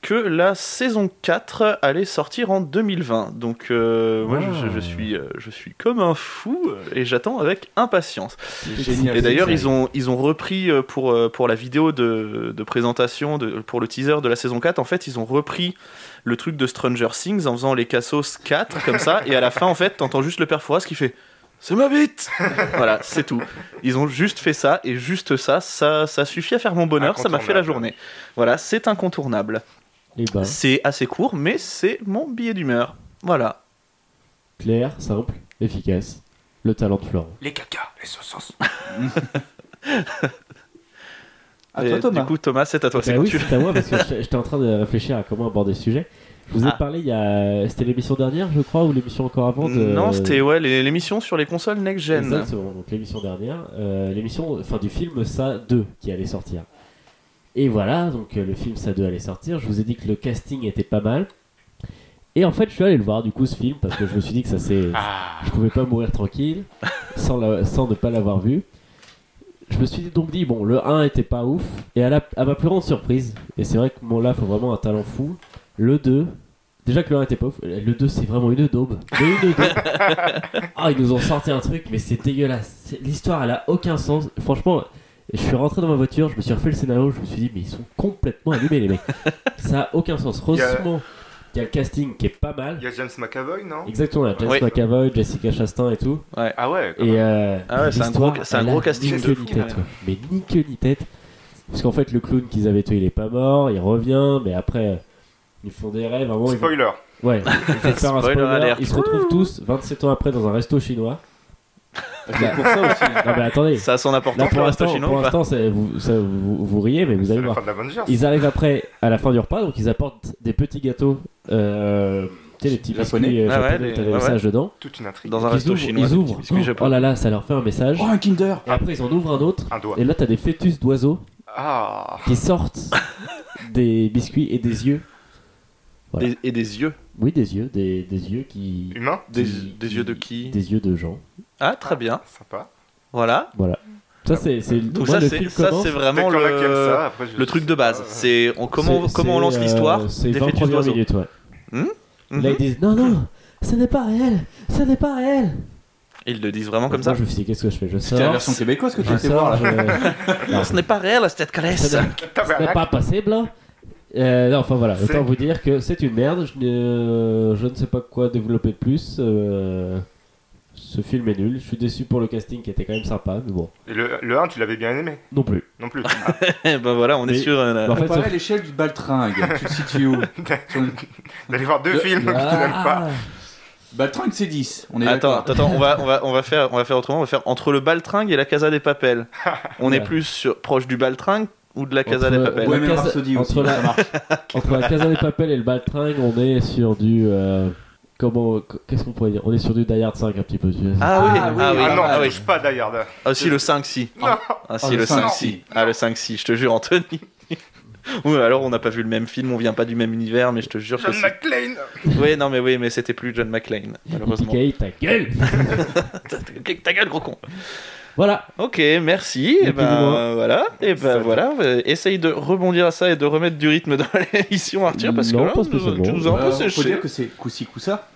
Speaker 1: que la saison 4 allait sortir en 2020. Donc euh, moi je- je, je suis euh, je suis comme un fou euh, et j'attends avec impatience.
Speaker 5: génial.
Speaker 1: Et d'ailleurs ils ont ils ont repris euh, pour euh, pour la vidéo de, de présentation de, pour le teaser de la saison 4 en fait, ils ont repris le truc de Stranger Things en faisant les cassos 4 comme ça et à la fin en fait, t'entends juste le père Fouras qui fait c'est ma bite Voilà, c'est tout. Ils ont juste fait ça, et juste ça, ça, ça suffit à faire mon bonheur, ça m'a fait la
Speaker 2: Incontournable.
Speaker 1: journée. Voilà, c'est incontournable.
Speaker 3: Et bah,
Speaker 1: C'est assez court, mais c'est mon billet d'humeur. Voilà.
Speaker 3: clair, simple, efficace. Le talent de Florent.
Speaker 1: Oh,
Speaker 2: Les caca, les sauces.
Speaker 5: À
Speaker 1: Et
Speaker 5: toi, Thomas.
Speaker 1: Du coup, Thomas, c'est à toi. c'est
Speaker 3: Bah
Speaker 1: quand
Speaker 3: oui,
Speaker 1: tu veux.
Speaker 3: c'est à moi parce que j'étais j'étais en train de réfléchir à comment aborder ce sujet. Je vous ai
Speaker 1: Ah.
Speaker 3: parlé il y a. C'était l'émission dernière, je crois, ou l'émission encore avant de.
Speaker 1: Non, c'était ouais, les- l'émission sur les consoles next-gen.
Speaker 3: euh, Exactement, donc l'émission dernière, euh, l'émission enfin, du film Ça 2 qui allait sortir. Et voilà, donc euh, le film Ça 2 allait sortir. Je vous ai dit que le casting était pas mal. Et en fait, je suis allé le voir du coup ce film parce que je me suis dit que ça c'est. Je pouvais pas mourir tranquille sans, la- sans ne pas l'avoir vu. Je me suis donc dit, bon, le 1 était pas ouf. Et à, la- à ma plus grande surprise, et c'est vrai que mon là, faut vraiment un talent fou. Le 2, déjà que le 1 était pas ouf, euh, le 2 c'est vraiment une daube. Mais une daube. Ah, ils nous ont sorti un truc, mais c'est dégueulasse. C'est- L'histoire, elle a aucun sens. Franchement, je suis rentré dans ma voiture, je me suis refait le scénario, je me suis dit, mais ils sont complètement allumés, les mecs. Ça a aucun sens.
Speaker 2: y a-
Speaker 3: Heureusement Il y a le casting qui est pas mal.
Speaker 2: Il y a James McAvoy, non
Speaker 3: Exactement, là, James
Speaker 1: Oui.
Speaker 3: McAvoy, Jessica Chastain et tout.
Speaker 2: Ah ouais, quand même.
Speaker 3: Et euh,
Speaker 1: Ah ouais, c'est un gros-
Speaker 3: l'histoire,
Speaker 1: c'est un
Speaker 3: elle
Speaker 1: gros
Speaker 3: a
Speaker 1: casting
Speaker 3: ni
Speaker 1: de
Speaker 3: queue
Speaker 1: fou,
Speaker 3: ni tête,
Speaker 1: ouais.
Speaker 3: quoi. Mais ni queue ni tête. Parce qu'en fait, le clown qu'ils avaient tué, il est pas mort, il revient, mais après, euh, ils font des rêves. à un moment, ils vont-
Speaker 2: Spoiler.
Speaker 3: Ouais, ils vont faire un
Speaker 1: Spoiler
Speaker 3: spoiler.
Speaker 1: alert.
Speaker 3: Ils se retrouvent tous 27 ans après dans un resto chinois.
Speaker 5: C'est pour ça aussi.
Speaker 3: Non, mais attendez.
Speaker 1: Ça a son
Speaker 3: Là,
Speaker 1: importance
Speaker 3: pour
Speaker 1: pour l'instant,
Speaker 3: l'instant,
Speaker 1: chinois
Speaker 3: pour
Speaker 1: ou pas
Speaker 3: l'instant, ça- vous, ça- vous- vous riez, mais vous
Speaker 2: C'est
Speaker 3: allez
Speaker 2: la
Speaker 3: voir.
Speaker 2: fin de l'Avengers.
Speaker 3: Ils arrivent après, à la fin du repas, donc ils apportent des petits gâteaux. Euh, tu sais, les petits
Speaker 5: Japonais.
Speaker 3: biscuits euh,
Speaker 1: Ah ouais,
Speaker 3: japonais,
Speaker 1: les-
Speaker 3: t'avais
Speaker 1: ouais,
Speaker 3: le
Speaker 1: ouais.
Speaker 3: message dedans.
Speaker 2: Toute une intrigue.
Speaker 1: Dans un
Speaker 3: ils
Speaker 1: resto
Speaker 3: ouvrent,
Speaker 1: chinois.
Speaker 3: ils
Speaker 1: des
Speaker 3: ouvrent.
Speaker 1: petits biscuits
Speaker 3: Oh, oh
Speaker 1: japonais.
Speaker 3: là là, ça leur fait un message.
Speaker 5: Oh, un Kinder
Speaker 3: Et après, ils en ouvrent un autre.
Speaker 2: Un doigt.
Speaker 3: Et là, t'as des fœtus d'oiseaux
Speaker 2: Ah
Speaker 3: qui sortent des biscuits et des yeux. Voilà.
Speaker 1: Des- Et des yeux.
Speaker 3: Oui, des yeux, des, des yeux qui.
Speaker 2: Humain
Speaker 1: Des,
Speaker 3: qui-
Speaker 1: des yeux de qui
Speaker 3: Des yeux de gens.
Speaker 1: Ah, très bien.
Speaker 2: Sympa.
Speaker 1: Voilà.
Speaker 3: Voilà.
Speaker 1: Ah
Speaker 3: Ça, c'est. c'est-
Speaker 1: Donc
Speaker 3: moi,
Speaker 1: ça,
Speaker 3: le
Speaker 1: c'est
Speaker 3: film
Speaker 1: ça,
Speaker 3: commence-
Speaker 1: c'est
Speaker 2: Peut-être
Speaker 1: vraiment
Speaker 2: qu'il y en a qui aiment
Speaker 1: le,
Speaker 2: ça, après, je-
Speaker 1: le truc de base.
Speaker 2: Ah, ouais.
Speaker 1: C'est on- comment on-
Speaker 3: C'est-
Speaker 1: comment on lance
Speaker 3: c'est, euh,
Speaker 1: l'histoire
Speaker 3: C'est
Speaker 1: des fœtus
Speaker 3: 23
Speaker 1: d'oiseaux.
Speaker 3: minutes, ouais.
Speaker 1: Hmm Mhm.
Speaker 3: Là, ils disent non, non, ce n'est pas réel, ce n'est pas réel.
Speaker 1: Ils le disent vraiment comme
Speaker 3: Moi,
Speaker 1: ça.
Speaker 3: je me suis dit, qu'est-ce que je fais Je
Speaker 5: C'était la
Speaker 3: sors.
Speaker 5: version québécoise que tu
Speaker 3: Je
Speaker 5: étais voir
Speaker 3: sors,
Speaker 5: là.
Speaker 3: je- Non,
Speaker 1: Ce n'est pas réel, cette calesse.
Speaker 3: ce n'est- ce n'est pas possible. Euh, non, enfin voilà,
Speaker 2: C'est-
Speaker 3: autant vous dire que c'est une merde. Je, ne- je ne sais pas quoi développer de plus. euh, Ce film est nul. Je suis déçu pour le casting qui était quand même sympa, mais bon,
Speaker 2: Et le, le 1, tu l'avais bien aimé
Speaker 3: non plus.
Speaker 2: Non plus. Ah,
Speaker 1: Eh ben voilà, on est
Speaker 3: Mais-
Speaker 1: sur euh, la-
Speaker 3: En fait,
Speaker 5: Comparé
Speaker 3: ça-
Speaker 5: à l'échelle du baltringue, tu le situes où Sur le-
Speaker 2: D'aller voir deux
Speaker 5: Le-
Speaker 2: films que tu n'aimes pas.
Speaker 3: Ah,
Speaker 5: Baltringue c'est 10. On est
Speaker 1: Attends,
Speaker 5: d'accord.
Speaker 1: attends, attends, on va, on va, on va faire, on va faire autrement. On va faire entre le baltringue et la Casa des Papels. On est
Speaker 3: Voilà.
Speaker 1: plus sur- proche du baltringue ou de la
Speaker 3: Entre-
Speaker 1: Casa des
Speaker 3: ouais.
Speaker 1: Papels.
Speaker 5: Bohemian
Speaker 3: Casa-
Speaker 5: Rhapsody aussi,
Speaker 3: entre la-
Speaker 5: ça marche.
Speaker 3: Entre la Casa des Papel et le Baltringue, on est sur du. euh, Comment. Qu'est-ce qu'on pourrait dire On est sur du Die Hard 5 un petit peu. tu vois.
Speaker 1: Ah oui,
Speaker 5: Ah oui,
Speaker 1: ah oui,
Speaker 2: Ah non,
Speaker 1: ah
Speaker 2: tu
Speaker 1: oui.
Speaker 2: touches pas d'ailleurs. là.
Speaker 1: Ah, si, le 5 si.
Speaker 2: Non.
Speaker 1: Ah si,
Speaker 5: Ah,
Speaker 1: le,
Speaker 5: le
Speaker 1: 5
Speaker 5: 5,
Speaker 1: si.
Speaker 5: si.
Speaker 1: Ah le 5 si, je te jure Anthony. oui, alors on n'a pas vu le même film, on vient pas du même univers, mais je te jure que
Speaker 2: John
Speaker 1: si.
Speaker 2: McClane
Speaker 1: Oui, non mais oui, mais c'était plus John McClane, malheureusement.
Speaker 3: Yippee-ki-yay, ta gueule
Speaker 1: Ta gueule gros con.
Speaker 3: Voilà
Speaker 1: Ok, merci. Et
Speaker 3: Ni plus ni
Speaker 1: ben
Speaker 3: moins.
Speaker 1: euh, voilà. Et ben
Speaker 2: Salut.
Speaker 1: voilà. euh, Essaye de rebondir à ça et de remettre du rythme dans l'émission, Arthur, parce
Speaker 3: Non,
Speaker 1: que là,
Speaker 3: pas
Speaker 1: nous-
Speaker 3: spécialement.
Speaker 1: tu nous as un peu
Speaker 5: Euh, faut
Speaker 1: séché.
Speaker 5: dire que c'est coussi coussa.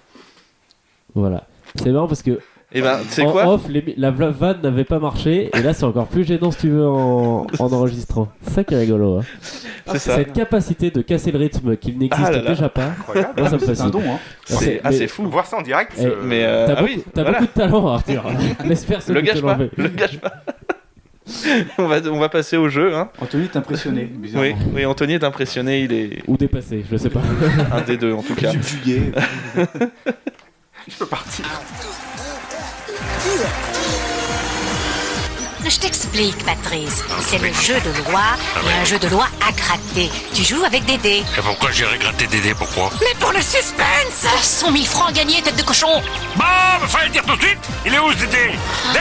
Speaker 3: Voilà. C'est marrant parce que
Speaker 1: Et ben, tu sais
Speaker 3: en
Speaker 1: quoi
Speaker 3: off, les- la vla- vanne n'avait pas marché et là c'est encore plus gênant si tu veux en, en enregistrant. C'est ça qui est rigolo. hein.
Speaker 1: C'est ça.
Speaker 3: Cette capacité de casser le rythme qui n'existe
Speaker 1: Ah là là.
Speaker 3: déjà pas,
Speaker 2: Incroyable.
Speaker 3: moi ça me
Speaker 5: C'est un
Speaker 3: fascine.
Speaker 5: don, hein.
Speaker 1: C'est ah,
Speaker 3: mais-
Speaker 1: c'est fou.
Speaker 2: Voir ça en direct,
Speaker 3: Eh,
Speaker 2: euh,
Speaker 1: Mais euh,
Speaker 3: T'as
Speaker 1: ah
Speaker 3: beaucoup,
Speaker 1: oui,
Speaker 3: t'as
Speaker 1: voilà.
Speaker 3: beaucoup de talent, Arthur. Laisse personne
Speaker 1: Le
Speaker 3: te
Speaker 1: gâche pas.
Speaker 3: l'enlever.
Speaker 1: Le gâche pas. on va on va passer au jeu. Hein.
Speaker 5: Anthony est impressionné, bizarrement.
Speaker 1: Oui, oui. Anthony est impressionné. Il est
Speaker 3: Ou dépassé, je sais pas.
Speaker 1: un des deux en tout cas.
Speaker 5: Subjugué.
Speaker 2: je peux partir.
Speaker 9: Je t'explique, Patrice. C'est le jeu de loi et un jeu de loi à gratter. Tu joues avec des dés.
Speaker 10: Et pourquoi j'irais gratter Dédé Pourquoi
Speaker 9: Mais pour le suspense 100 000 francs gagnés, tête de cochon
Speaker 10: Bon, bah, fallait le dire tout de suite Il est où ce Dédé
Speaker 1: euh,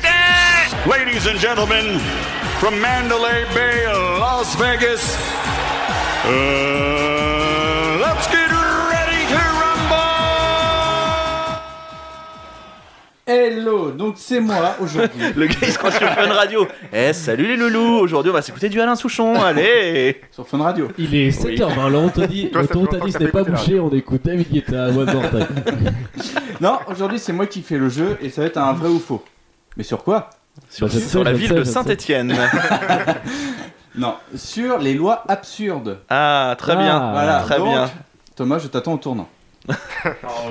Speaker 10: Dédé Ladies and gentlemen, from Mandalay Bay, Las Vegas, euh, let's get ready to rumble
Speaker 5: Hello, donc c'est moi aujourd'hui.
Speaker 1: Le gars il se croit sur Fun Radio. Eh salut les loulous. Aujourd'hui on va s'écouter du Alain Souchon. Allez.
Speaker 5: Sur Fun Radio.
Speaker 3: Il est hein. 7h20, le Anthony,
Speaker 2: Toi, ça fait
Speaker 3: le
Speaker 2: longtemps
Speaker 3: Anthony ce
Speaker 2: que t'as
Speaker 3: n'est
Speaker 2: pas
Speaker 3: pas
Speaker 2: écouté la
Speaker 3: bouché, on écoute David Guetta, One More Time.
Speaker 5: Non, aujourd'hui c'est moi qui fais le jeu et ça va être un vrai ou faux. Mais sur quoi
Speaker 1: Sur,
Speaker 3: Bah, je sais,
Speaker 1: sur la
Speaker 3: je
Speaker 1: ville
Speaker 3: sais,
Speaker 1: de
Speaker 3: je sais.
Speaker 1: Saint-Étienne.
Speaker 5: Non, sur les lois absurdes.
Speaker 1: Ah très
Speaker 3: Ah,
Speaker 1: bien.
Speaker 5: Voilà,
Speaker 1: très
Speaker 5: donc,
Speaker 1: bien.
Speaker 5: Thomas, je t'attends au tournant.
Speaker 3: Oh,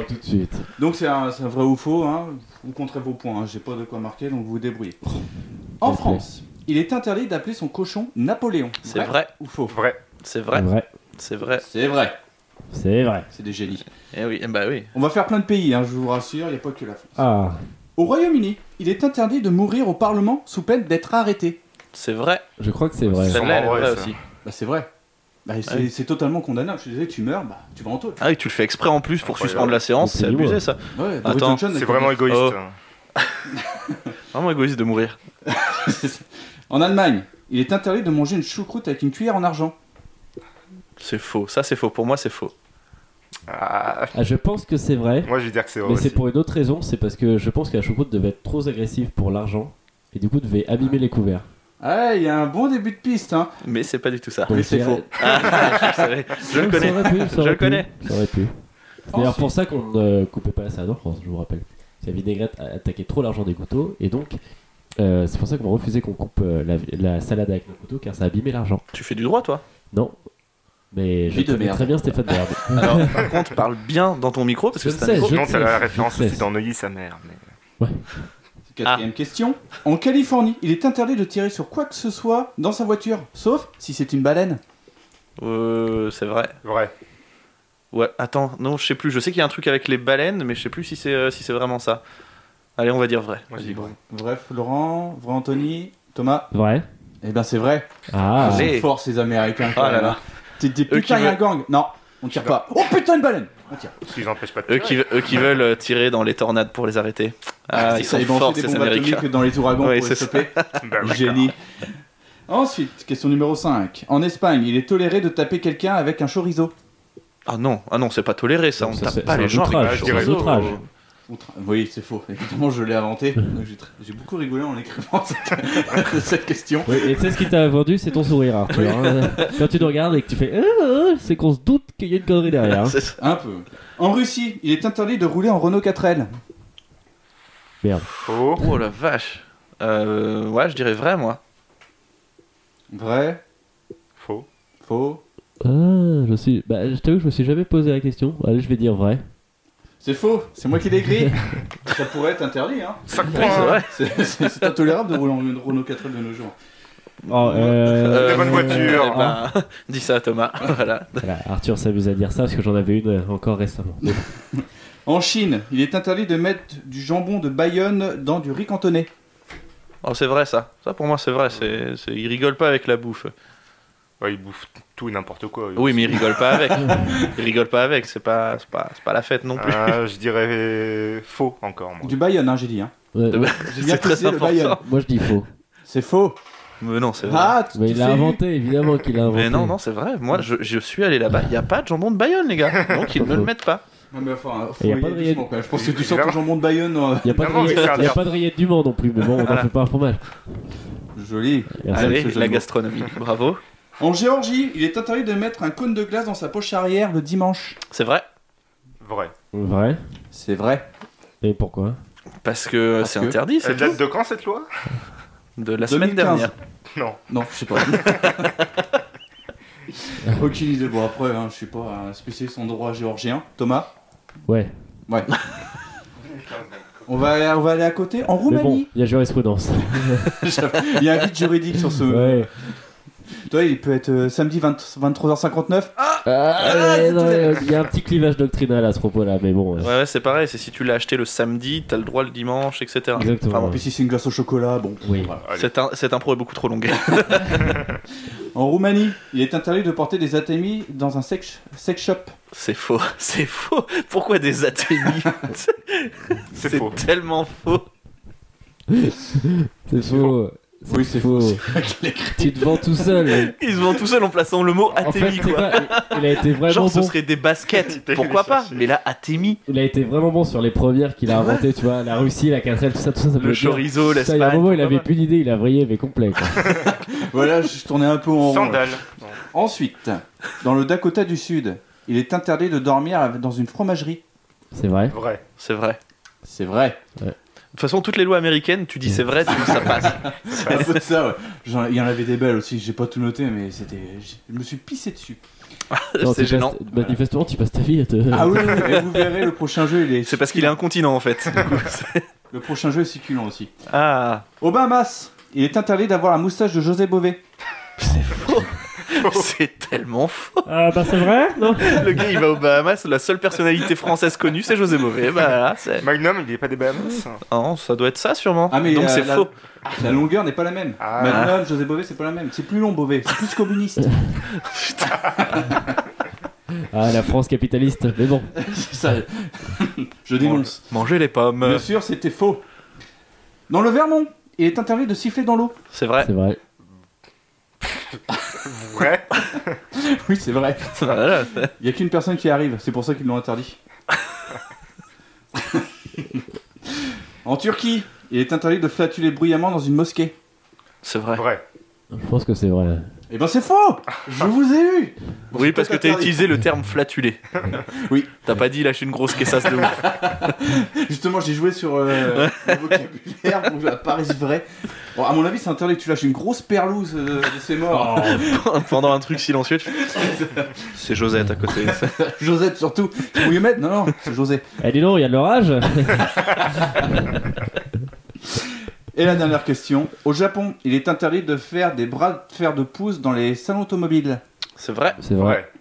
Speaker 3: tout de suite.
Speaker 5: Donc c'est un, c'est un vrai ou faux, hein. vous compterez vos points, hein. j'ai pas de quoi marquer donc vous vous débrouillez. En
Speaker 3: Ok.
Speaker 5: France, il est interdit d'appeler son cochon Napoléon.
Speaker 1: C'est vrai.
Speaker 5: ou faux
Speaker 2: Vrai.
Speaker 1: C'est
Speaker 3: C'est
Speaker 1: vrai.
Speaker 3: vrai.
Speaker 1: C'est vrai.
Speaker 5: C'est vrai,
Speaker 3: C'est vrai.
Speaker 5: c'est des génies.
Speaker 1: Eh oui. eh bah oui.
Speaker 5: On va faire plein de pays, hein, je vous rassure, il n'y a pas que la France.
Speaker 3: Ah,
Speaker 5: Au Royaume-Uni, il est interdit de mourir au Parlement sous peine d'être arrêté.
Speaker 1: C'est vrai.
Speaker 3: je crois que c'est vrai.
Speaker 2: Ça-
Speaker 1: Celle-là, elle est
Speaker 2: Ouais,
Speaker 1: vraie
Speaker 2: ça.
Speaker 1: aussi.
Speaker 5: Bah c'est vrai. Bah, c'est
Speaker 1: Ah oui.
Speaker 5: c'est totalement condamnable. Je suis désolé, tu meurs, bah tu vas en taule.
Speaker 1: Ah oui, tu le fais exprès en plus pour
Speaker 2: Incroyable.
Speaker 1: suspendre la séance, c'est
Speaker 3: C'est libre.
Speaker 1: abusé ça.
Speaker 5: Ouais, bah, Boris
Speaker 1: Attends,
Speaker 5: Johnson a
Speaker 2: C'est
Speaker 5: été-
Speaker 2: vraiment égoïste.
Speaker 1: Oh.
Speaker 2: hein.
Speaker 1: Vraiment égoïste de mourir.
Speaker 5: en Allemagne, il est interdit de manger une choucroute avec une cuillère en argent.
Speaker 1: C'est faux, ça c'est faux, pour moi c'est faux.
Speaker 2: Ah,
Speaker 3: Ah, je pense que c'est vrai.
Speaker 2: moi, je vais dire que c'est vrai.
Speaker 3: Mais c'est
Speaker 2: aussi.
Speaker 3: pour une autre raison, c'est parce que je pense que la choucroute devait être trop agressive pour l'argent et du coup devait abîmer les couverts.
Speaker 5: Ah, il y a un bon début de piste, hein.
Speaker 1: Mais c'est pas du tout ça.
Speaker 5: Mais
Speaker 3: Donc,
Speaker 5: c'est
Speaker 3: ça aurait-
Speaker 5: faux.
Speaker 1: Ah, je savais. je le
Speaker 3: ça
Speaker 1: connais.
Speaker 3: aurait pu, ça
Speaker 1: Je
Speaker 3: aurait
Speaker 1: le
Speaker 3: pu,
Speaker 1: connais.
Speaker 3: Ça aurait pu. C'est d'ailleurs pour ça qu'on ne coupait pas la salade en France, je vous rappelle. La vinaigrette a- attaquait trop l'argent des couteaux et donc euh, c'est pour ça qu'on refusait qu'on coupe euh, la, la salade avec nos couteaux car ça abîmait l'argent.
Speaker 1: Tu fais du droit toi
Speaker 3: Non. Mais je
Speaker 11: Vie de
Speaker 3: connais
Speaker 11: merde.
Speaker 3: très bien Stéphane Baird.
Speaker 1: Alors, par contre, parle bien dans ton micro parce que
Speaker 3: Je
Speaker 1: c'est
Speaker 3: sais,
Speaker 1: un micro.
Speaker 3: je
Speaker 2: Non, c'est la
Speaker 3: sais,
Speaker 2: référence
Speaker 3: je sais.
Speaker 2: aussi dans Neuilly, sa mère. mais- euh,
Speaker 5: Quatrième question. En Californie, il est interdit de tirer sur quoi que ce soit dans sa voiture, sauf si c'est une baleine.
Speaker 1: Euh, c'est vrai.
Speaker 2: Vrai.
Speaker 1: Ouais, attends, non, je sais plus. Je sais qu'il y a un truc avec les baleines, mais je sais plus si c'est euh, si c'est vraiment ça. Allez, on va dire vrai.
Speaker 2: Moi, je dis vrai.
Speaker 5: Bref, Laurent, vrai Anthony, Thomas.
Speaker 3: Vrai
Speaker 5: Eh ben c'est vrai.
Speaker 3: Ah.
Speaker 5: Ils sont
Speaker 1: Allez.
Speaker 5: forts ces Américains.
Speaker 1: Ah là là.
Speaker 5: T'es des
Speaker 1: Eux qui
Speaker 5: putains, il y a un
Speaker 1: veulent-
Speaker 5: gang. Non, on tire pas. Oh putain, une baleine On tire.
Speaker 2: Parce qu'ils empêchent pas de
Speaker 1: Eux
Speaker 2: tirer.
Speaker 1: qui, eux qui veulent euh, tirer dans les tornades pour les arrêter. Ah,
Speaker 5: C'est
Speaker 1: ils
Speaker 5: ça,
Speaker 1: sont
Speaker 5: ils vont
Speaker 1: forts,
Speaker 5: enfiler
Speaker 1: ces
Speaker 5: des bombes
Speaker 1: Américains.
Speaker 5: atomiques dans les tours à gants
Speaker 1: Ouais,
Speaker 5: pour
Speaker 1: c'est
Speaker 5: les
Speaker 1: ça.
Speaker 5: choper.
Speaker 2: Ben, d'accord.
Speaker 5: Génie. Ensuite, question numéro 5. En Espagne, il est toléré de taper quelqu'un avec un chorizo.
Speaker 1: Ah non, ah non, c'est pas toléré ça.
Speaker 3: Non,
Speaker 1: on
Speaker 3: ça, c'est-
Speaker 1: tape pas
Speaker 3: c'est
Speaker 1: les
Speaker 3: un
Speaker 1: gens
Speaker 3: outrage,
Speaker 1: avec
Speaker 2: c'est
Speaker 1: des
Speaker 2: un
Speaker 1: réseaux.
Speaker 3: outrage.
Speaker 5: Outre- Oui, c'est faux. Évidemment, je l'ai inventé. Donc, J'ai tr- j'ai beaucoup rigolé en écrivant cette, cette question.
Speaker 3: Oui, et tu sais ce qui t'a vendu, c'est ton sourire, Arthur. hein. Quand tu nous regardes et que tu fais, Ah, ah, c'est qu'on se doute qu'il y a une connerie derrière. hein.
Speaker 1: C'est ça.
Speaker 5: Un peu. En Russie, il est interdit de rouler en Renault 4L.
Speaker 2: Faux.
Speaker 1: Oh la vache. Euh, ouais, je dirais vrai moi.
Speaker 5: Vrai
Speaker 2: Faux.
Speaker 5: Faux
Speaker 3: Ah, je suis. Bah, je t'avoue, je me suis jamais posé la question. Allez, je vais dire vrai.
Speaker 5: C'est faux, c'est moi qui l'ai écrit. Ça pourrait être interdit, hein.
Speaker 2: 5
Speaker 1: Ouais, c'est
Speaker 2: points.
Speaker 1: vrai.
Speaker 5: C'est- C'est c'est intolérable de rouler en Renault 4L de nos jours.
Speaker 3: Oh,
Speaker 1: Euh,
Speaker 2: Des bonnes voitures. hein.
Speaker 1: eh ben, dis ça à Thomas. voilà.
Speaker 3: Voilà, Arthur s'amuse à dire ça parce que j'en avais une euh, encore récemment. Donc,
Speaker 5: En Chine, il est interdit de mettre du jambon de Bayonne dans du riz cantonais.
Speaker 1: Oh, c'est vrai ça. Ça pour moi c'est vrai. C'est, c'est- Ils rigolent pas avec la bouffe.
Speaker 2: Ouais, ils bouffent tout et n'importe quoi. eux.
Speaker 1: Oui, mais ils rigolent pas avec. Ils rigolent pas avec. C'est pas, c'est pas, c'est pas la fête non plus.
Speaker 2: Ah, je dirais faux encore, moi.
Speaker 5: Du Bayonne, hein, j'ai dit. Hein.
Speaker 3: ouais,
Speaker 1: De-
Speaker 5: J'ai bien
Speaker 1: c'est très
Speaker 5: précisé le Bayonne.
Speaker 1: important.
Speaker 3: Euh, moi, je dis faux.
Speaker 5: C'est faux.
Speaker 1: Mais non, c'est vrai.
Speaker 5: Ah, tu
Speaker 3: Mais il
Speaker 5: t'es
Speaker 3: l'a
Speaker 5: fait
Speaker 3: inventé, évidemment qu'il l'a inventé.
Speaker 1: Mais non, non, c'est vrai. Moi, je, je suis allé là-bas. Il n'y a pas de jambon de Bayonne, les gars. Donc, ils ne me le mettent pas.
Speaker 5: Non, mais enfin, faut
Speaker 3: Et y a
Speaker 5: y
Speaker 3: pas
Speaker 5: aller doucement,
Speaker 3: de rillettes.
Speaker 5: quoi. Je pense que tu sors ton jambon de Bayonne. euh,
Speaker 3: Il n'y a pas de
Speaker 2: Non, non, mais
Speaker 3: rillettes-
Speaker 2: c'est
Speaker 3: y a pas de rillettes du Mans non plus, mais bon, on en
Speaker 1: Voilà.
Speaker 3: fait pas un fromage.
Speaker 5: Joli.
Speaker 3: Ah,
Speaker 1: Allez,
Speaker 5: c'est ce
Speaker 1: la
Speaker 5: jeu de
Speaker 1: gastronomie. Bravo.
Speaker 5: mots. En Géorgie, il est interdit de mettre un cône de glace dans sa poche arrière le dimanche.
Speaker 1: C'est vrai.
Speaker 2: Vrai.
Speaker 3: Vrai
Speaker 5: C'est vrai.
Speaker 3: Et pourquoi
Speaker 1: Parce que
Speaker 5: Parce
Speaker 1: c'est
Speaker 5: que-
Speaker 1: interdit, c'est
Speaker 2: Elle date de quand cette loi
Speaker 1: de la semaine
Speaker 5: 2015.
Speaker 1: dernière.
Speaker 2: Non.
Speaker 5: Non, je sais pas. Aucune idée. Bon, après, hein, je suis pas un spécialiste en droit géorgien. Thomas
Speaker 3: Ouais.
Speaker 5: Ouais. on, va, on va aller à côté. En
Speaker 3: Mais bon,
Speaker 5: Roumanie,
Speaker 3: il y a jurisprudence.
Speaker 5: il y a un vide juridique sur ce.
Speaker 1: Euh.
Speaker 3: Ouais.
Speaker 5: Toi, il peut être euh, samedi 20 23h59. Ah,
Speaker 3: Ah, ouais, non, Il y a un petit clivage doctrinal à ce propos-là, mais bon. euh,
Speaker 1: Ouais, ouais, c'est pareil. C'est si tu l'as acheté le samedi, t'as le droit le dimanche, etc.
Speaker 3: Exactement.
Speaker 1: Enfin,
Speaker 5: puis si c'est une glace au chocolat, bon.
Speaker 3: Oui.
Speaker 5: voilà.
Speaker 1: bon, cette, in- cette impro est beaucoup trop longue.
Speaker 5: En Roumanie, il est interdit de porter des atémis dans un sex, sex shop.
Speaker 1: c'est faux. C'est faux. Pourquoi des athénies
Speaker 2: C'est
Speaker 1: C'est
Speaker 2: faux.
Speaker 1: tellement faux.
Speaker 3: C'est faux.
Speaker 5: Oui, c'est faux.
Speaker 3: tu te vends tout seul.
Speaker 1: Ils se vendent tout seuls en plaçant le mot
Speaker 3: En fait,
Speaker 1: athémie,
Speaker 3: c'est
Speaker 1: quoi.
Speaker 3: quoi Il il a été vraiment
Speaker 1: Genre, ce
Speaker 3: bon.
Speaker 1: serait des baskets.
Speaker 2: T'as
Speaker 1: Pourquoi
Speaker 2: les
Speaker 1: pas
Speaker 2: sourcils.
Speaker 1: Mais là, athémie.
Speaker 3: Il a été vraiment bon sur les premières qu'il a inventées, tu vois, la Russie, la 4 tout ça, tout ça, ça peut
Speaker 1: Le
Speaker 3: être bien.
Speaker 1: chorizo,
Speaker 3: Putain, Il y a
Speaker 1: l'Espagne.
Speaker 3: un moment, il
Speaker 1: pourquoi
Speaker 3: avait
Speaker 1: pas
Speaker 3: plus d'idée, il a vrillé, mais complet. quoi.
Speaker 5: Voilà, je tournais un peu en rond. là.
Speaker 2: Sandales.
Speaker 5: Ensuite, dans le Dakota du Sud, il est interdit de dormir avec- dans une fromagerie.
Speaker 3: C'est vrai.
Speaker 2: Vrai.
Speaker 1: C'est vrai.
Speaker 5: C'est vrai.
Speaker 1: De toute façon, toutes les lois américaines, tu dis c'est vrai, tu dis ça passe.
Speaker 5: C'est un peu ça, ouais. J'en- Il y en avait des belles aussi, j'ai pas tout noté, mais c'était. j'ai- Je me suis pissé dessus.
Speaker 3: Non, tu
Speaker 1: c'est
Speaker 3: passes-
Speaker 1: gênant.
Speaker 3: Manifestement, tu passes ta vie à te.
Speaker 5: Ah oui, et vous verrez, le prochain jeu, il est.
Speaker 1: C'est parce qu'il est incontinent en fait.
Speaker 5: Le prochain jeu est succulent aussi.
Speaker 1: ah,
Speaker 5: Au Bahamas, il est interdit d'avoir la moustache de José Bové.
Speaker 1: c'est tellement faux.
Speaker 3: Ah bah c'est vrai Non
Speaker 1: Le gars, il va aux Bahamas, la seule personnalité française connue, c'est José Mauvais. Bah, là, c'est-
Speaker 2: Magnum, il est pas des Bahamas
Speaker 1: Ah non, ça doit être ça sûrement.
Speaker 5: Ah, mais,
Speaker 1: Donc
Speaker 5: euh,
Speaker 1: c'est
Speaker 5: la-
Speaker 1: faux.
Speaker 5: La longueur n'est pas la même.
Speaker 2: Ah.
Speaker 5: Magnum, José Bové, c'est pas la même. C'est plus long, Bové. C'est plus communiste.
Speaker 3: Ah la France capitaliste, mais bon.
Speaker 5: C'est ça. Je dénonce.
Speaker 1: Manger les pommes.
Speaker 5: Bien sûr, c'était faux. Dans le Vermont, il est interdit de siffler dans l'eau.
Speaker 1: C'est vrai.
Speaker 3: C'est vrai.
Speaker 2: Vrai.
Speaker 5: Oui, c'est vrai.
Speaker 1: Voilà, c'est-
Speaker 5: Il n'y a qu'une personne qui arrive, c'est pour ça qu'ils l'ont interdit. en Turquie, il est interdit de flatuler bruyamment dans une mosquée.
Speaker 1: C'est vrai.
Speaker 2: Vrai.
Speaker 3: Je pense que c'est vrai.
Speaker 5: Eh ben c'est faux Je vous ai eu
Speaker 1: Oui, parce que
Speaker 5: peut-être
Speaker 1: t'as
Speaker 5: interdit.
Speaker 1: utilisé le terme flatulé.
Speaker 5: oui.
Speaker 1: T'as pas dit lâche une grosse caissasse de ouf.
Speaker 5: Justement, j'ai joué sur euh, le vocabulaire pour que ça paraisse vrai. Bon, à mon avis, c'est interdit que tu lâches une grosse perlouse euh, de ces morts.
Speaker 1: Oh. Pendant un truc silencieux, tu fais, c'est Josette à côté.
Speaker 5: Josette, surtout. Tu voulais mettre Non, non, c'est José.
Speaker 3: Eh, dis donc, il y a de l'orage
Speaker 5: Et la dernière question. Au Japon, il est interdit de faire des bras de fer de pouce dans les salons automobiles.
Speaker 1: C'est vrai.
Speaker 3: C'est vrai.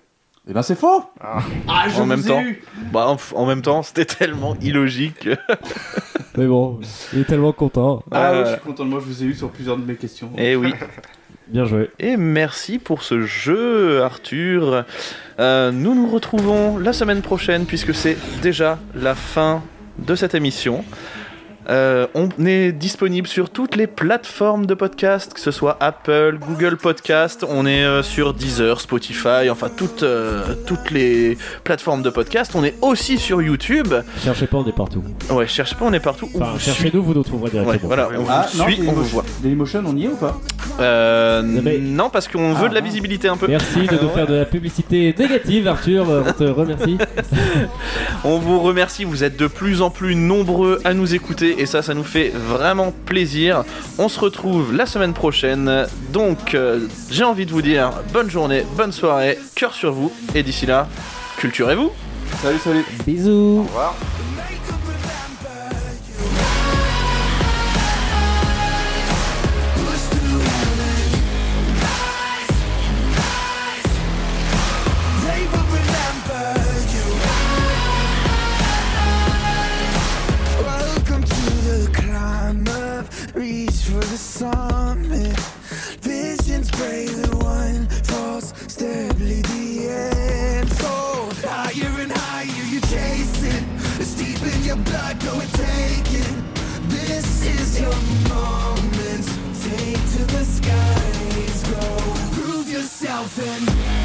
Speaker 5: Eh ben c'est faux
Speaker 2: Ah.
Speaker 5: Ah, je
Speaker 1: en
Speaker 5: vous
Speaker 1: même
Speaker 5: ai
Speaker 1: temps,
Speaker 5: eu.
Speaker 1: bah, en, en même temps, c'était tellement illogique.
Speaker 3: Mais bon, il est tellement content.
Speaker 5: Ah oui,
Speaker 1: Euh,
Speaker 5: je suis content de moi, je vous ai eu sur plusieurs de mes questions.
Speaker 1: Eh oui.
Speaker 3: Bien joué.
Speaker 1: Et merci pour ce jeu, Arthur. Euh, nous nous retrouvons la semaine prochaine, puisque c'est déjà la fin de cette émission. Euh, on est disponible sur toutes les plateformes de podcast, que ce soit Apple, Google Podcast, on est euh, sur Deezer, Spotify, enfin toutes, euh, toutes les plateformes de podcast. On est aussi sur YouTube.
Speaker 3: Cherchez pas, on est partout.
Speaker 1: Ouais, cherchez pas, on est partout. On
Speaker 3: Enfin,
Speaker 1: vous suit.
Speaker 3: cherchez-nous, vous nous trouverez
Speaker 1: Ouais,
Speaker 3: directement.
Speaker 1: voilà, on
Speaker 5: Ah
Speaker 1: vous
Speaker 5: non,
Speaker 1: suit, on vous
Speaker 5: Dailymotion-
Speaker 1: voit.
Speaker 5: Dailymotion, on y est ou pas
Speaker 1: Euh,
Speaker 3: mais-
Speaker 1: Non, parce qu'on veut
Speaker 5: Ah,
Speaker 1: de la
Speaker 5: mince.
Speaker 1: visibilité un peu.
Speaker 3: Merci de nous faire de la publicité négative, Arthur. euh, On te remercie.
Speaker 1: On vous remercie, vous êtes de plus en plus nombreux à nous écouter et ça, ça nous fait vraiment plaisir. On se retrouve la semaine prochaine. Donc, euh, j'ai envie de vous dire bonne journée, bonne soirée, cœur sur vous et d'ici là, culturez-vous.
Speaker 5: Salut, salut
Speaker 3: Bisous.
Speaker 2: Au revoir.
Speaker 11: Welcome to the climb up, reach for the summit. Visions pray that one false step lead the end. So higher and higher you chase it. It's deep in your blood, go and take it. This is your moment. Take to the skies, go prove yourself and.